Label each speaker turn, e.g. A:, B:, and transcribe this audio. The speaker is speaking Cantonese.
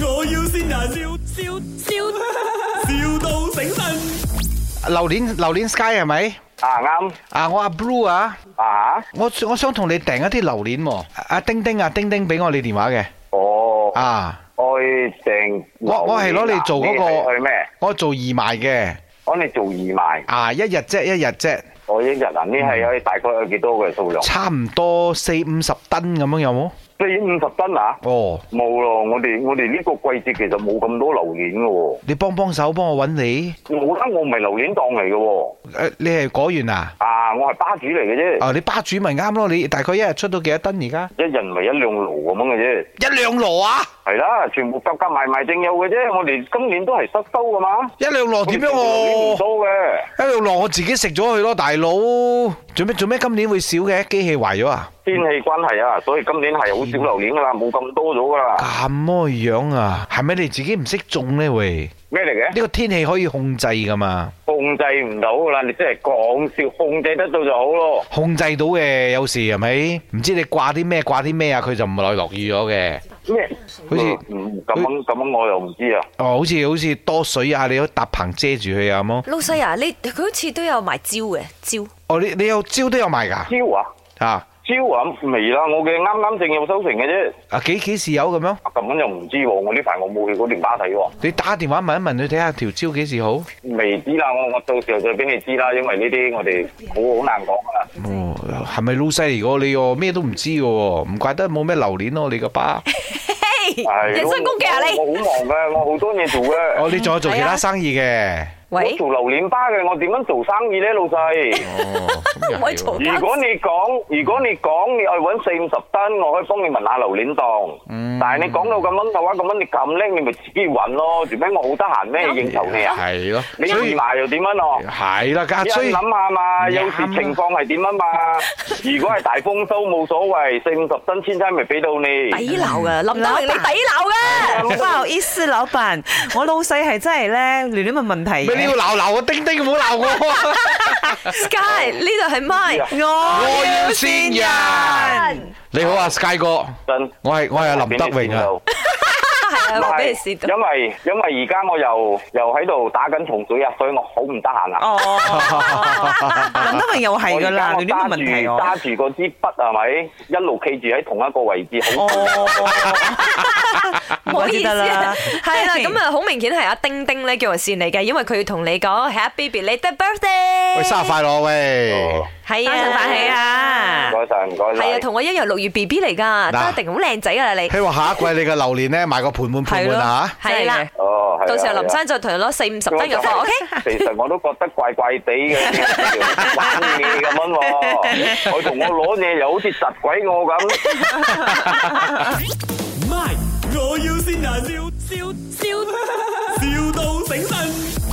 A: 要先人，笑笑笑，笑到醒神。
B: 榴蓮榴蓮 Sky 係咪？
C: 啊啱
B: 啊，我阿 Blue 啊，
C: 啊，
B: 我我想同你訂一啲榴蓮喎。阿丁丁啊，丁丁俾我你電話嘅
C: 哦，
B: 啊，
C: 愛定
B: 我我係攞嚟做嗰
C: 啊你係去
B: 個
C: 咩？，
B: 我做義賣嘅
C: 我哋做義賣，
B: 啊，一日啫，一日啫，
C: 我一日啊，
B: 嗯
C: 呢係可以大概有幾多嘅數量？
B: 差唔多四五十噸咁樣有冇？
C: 四五十噸啊？
B: 哦，
C: 冇咯，我哋我哋呢個季節其實冇咁多榴蓮嘅喎，
B: 你幫幫手幫我揾你，
C: 我覺得我唔係榴蓮檔嚟嘅喎，
B: 誒你係果園啊？
C: 啊，我係巴主嚟嘅啫，
B: 啊，你巴主咪啱咯，你大概一日出到幾多噸而家？
C: 一人咪一兩爐咁樣嘅啫，
B: 一兩籮啊！
C: 係啦，全部夾夾埋埋正有嘅啫，我哋今年都係失收㗎嘛，
B: 一兩籮哦點樣
C: 我哋
B: 我
C: 唔？多嘅。
B: 一兩籮我自己食咗佢咯，大佬。做咩做咩？今年會少嘅？機器壞咗啊？
C: 天氣關係啊，所以今年係好少榴蓮噶啦，冇咁多咗噶啦。
B: 咁樣啊？係咪你自己唔識種呢？喂，
C: 咩嚟
B: 呢
C: 嘅？
B: 個天氣可以控制噶嘛？
C: 控制唔到噶啦，你真係講笑，控制得到就好咯。
B: 控制到嘅，有時係咪？唔知你掛啲咩掛啲咩啊？佢就唔落落雨咗嘅。
C: 咩？
B: 好似
C: 嗯咁樣咁樣，我又唔知啊。
B: 哦，好似好似多水啊！你可以搭棚遮住佢啊，咁咯。
D: 老細啊，你佢好似都有埋蕉嘅蕉，
B: 哦，你你有蕉都有賣㗎
C: 蕉啊，
B: 啊？
C: 蕉啊，未啦，我嘅啱啱正有收成嘅啫。啊
B: 啊幾幾時有咁樣？
C: 咁樣又唔知喎，我呢排我冇去嗰連巴睇喎，
B: 你打電話問一問佢睇下條蕉幾時好。
C: 未知啦。我我到時候再俾你知啦，因為呢啲我哋好好難講啊。
B: 哦，係咪老細嚟㗎？你又咩都唔知㗎喎，唔怪得冇咩榴蓮咯，你個巴。
D: 嘿，
C: 係
D: 人身攻擊啊你！
C: 我我好忙嘅，我好多嘢做嘅。
B: 哦，你仲有做 其
D: 係
B: 他
D: 啊
B: 生意嘅？
C: 我
D: 喂，
C: 做榴蓮巴嘅，我點樣做生意咧，老細？
B: 哦，咁又
D: 唔可以
B: 係喎
D: 嘈
C: 如果你講，如果你講你去揾四五十噸，我可以幫你問下榴蓮檔。
B: 嗯
C: 但係你講到咁樣嘅話，咁樣你咁叻，你咪自己揾咯。做咩我好得閒咩應酬你啊？
B: 係咯，
C: 你
B: 所
C: 唔
B: 以
C: 埋又啊點樣咯？
B: 係啦，家
C: 一
B: 所以
C: 諗下嘛，有時
B: 啱啊
C: 情況係點 啊嘛。如果係大豐收冇所謂，四五十噸千差咪俾到你。
D: 抵鬧
C: 嗯
D: 噶，林德榮你抵
C: 啊
D: 鬧嘅，
E: 不好意思，老闆，我老細係真係咧亂亂問問題
B: 咩你要
E: 嘅。
B: 鬧鬧我丁丁，唔好鬧我。
D: Sky 呢度係咪？
C: 啊
E: 我
B: 要先人你好啊，Sky 哥，
C: 真
B: 我係我係阿林德
C: 俾你
B: 榮
C: 知道
B: 啊。
D: 係啊，話俾你
C: 因
D: 試到。
C: 為因為而家我又又喺度打緊蟲水啊，所以我好唔得閒啊。
E: 哦，林德榮又係噶啦，
C: 我而
E: 亂亂
C: 家我揸
E: 問問題
D: 啊
C: 住
E: 我。
C: 揸住嗰支筆係咪一路企住喺同一個位置，好
E: 哦，
D: 唔好意思啊， 係啦，
E: 係
D: 咁啊，好明顯係阿丁丁咧叫我善你嘅，因為佢要同你講 Happy belated birthday，
B: 喂，生日快樂喂！
C: 哦
D: 係啊，
E: 生日快喜啊
C: 唔該晒，唔該晒。
D: 哦係啊，同我一樣六月 B B 嚟㗎，
B: 嗱
D: 得定好靚仔啊你，
B: 希望下一季你嘅榴蓮咧賣個盤滿盤滿啊
D: 係
E: 係
D: 啦
E: 啦，，
C: 哦，係啊
D: 到時候林
C: 係啊
D: 生再同你攞四五十斤嘅貨，OK？
C: 其實我都覺得怪怪地 嘅，玩嘢咁樣喎。佢同我攞嘢又好似窒鬼我咁。
A: 唔係，我要先人，笑笑笑，笑到醒神。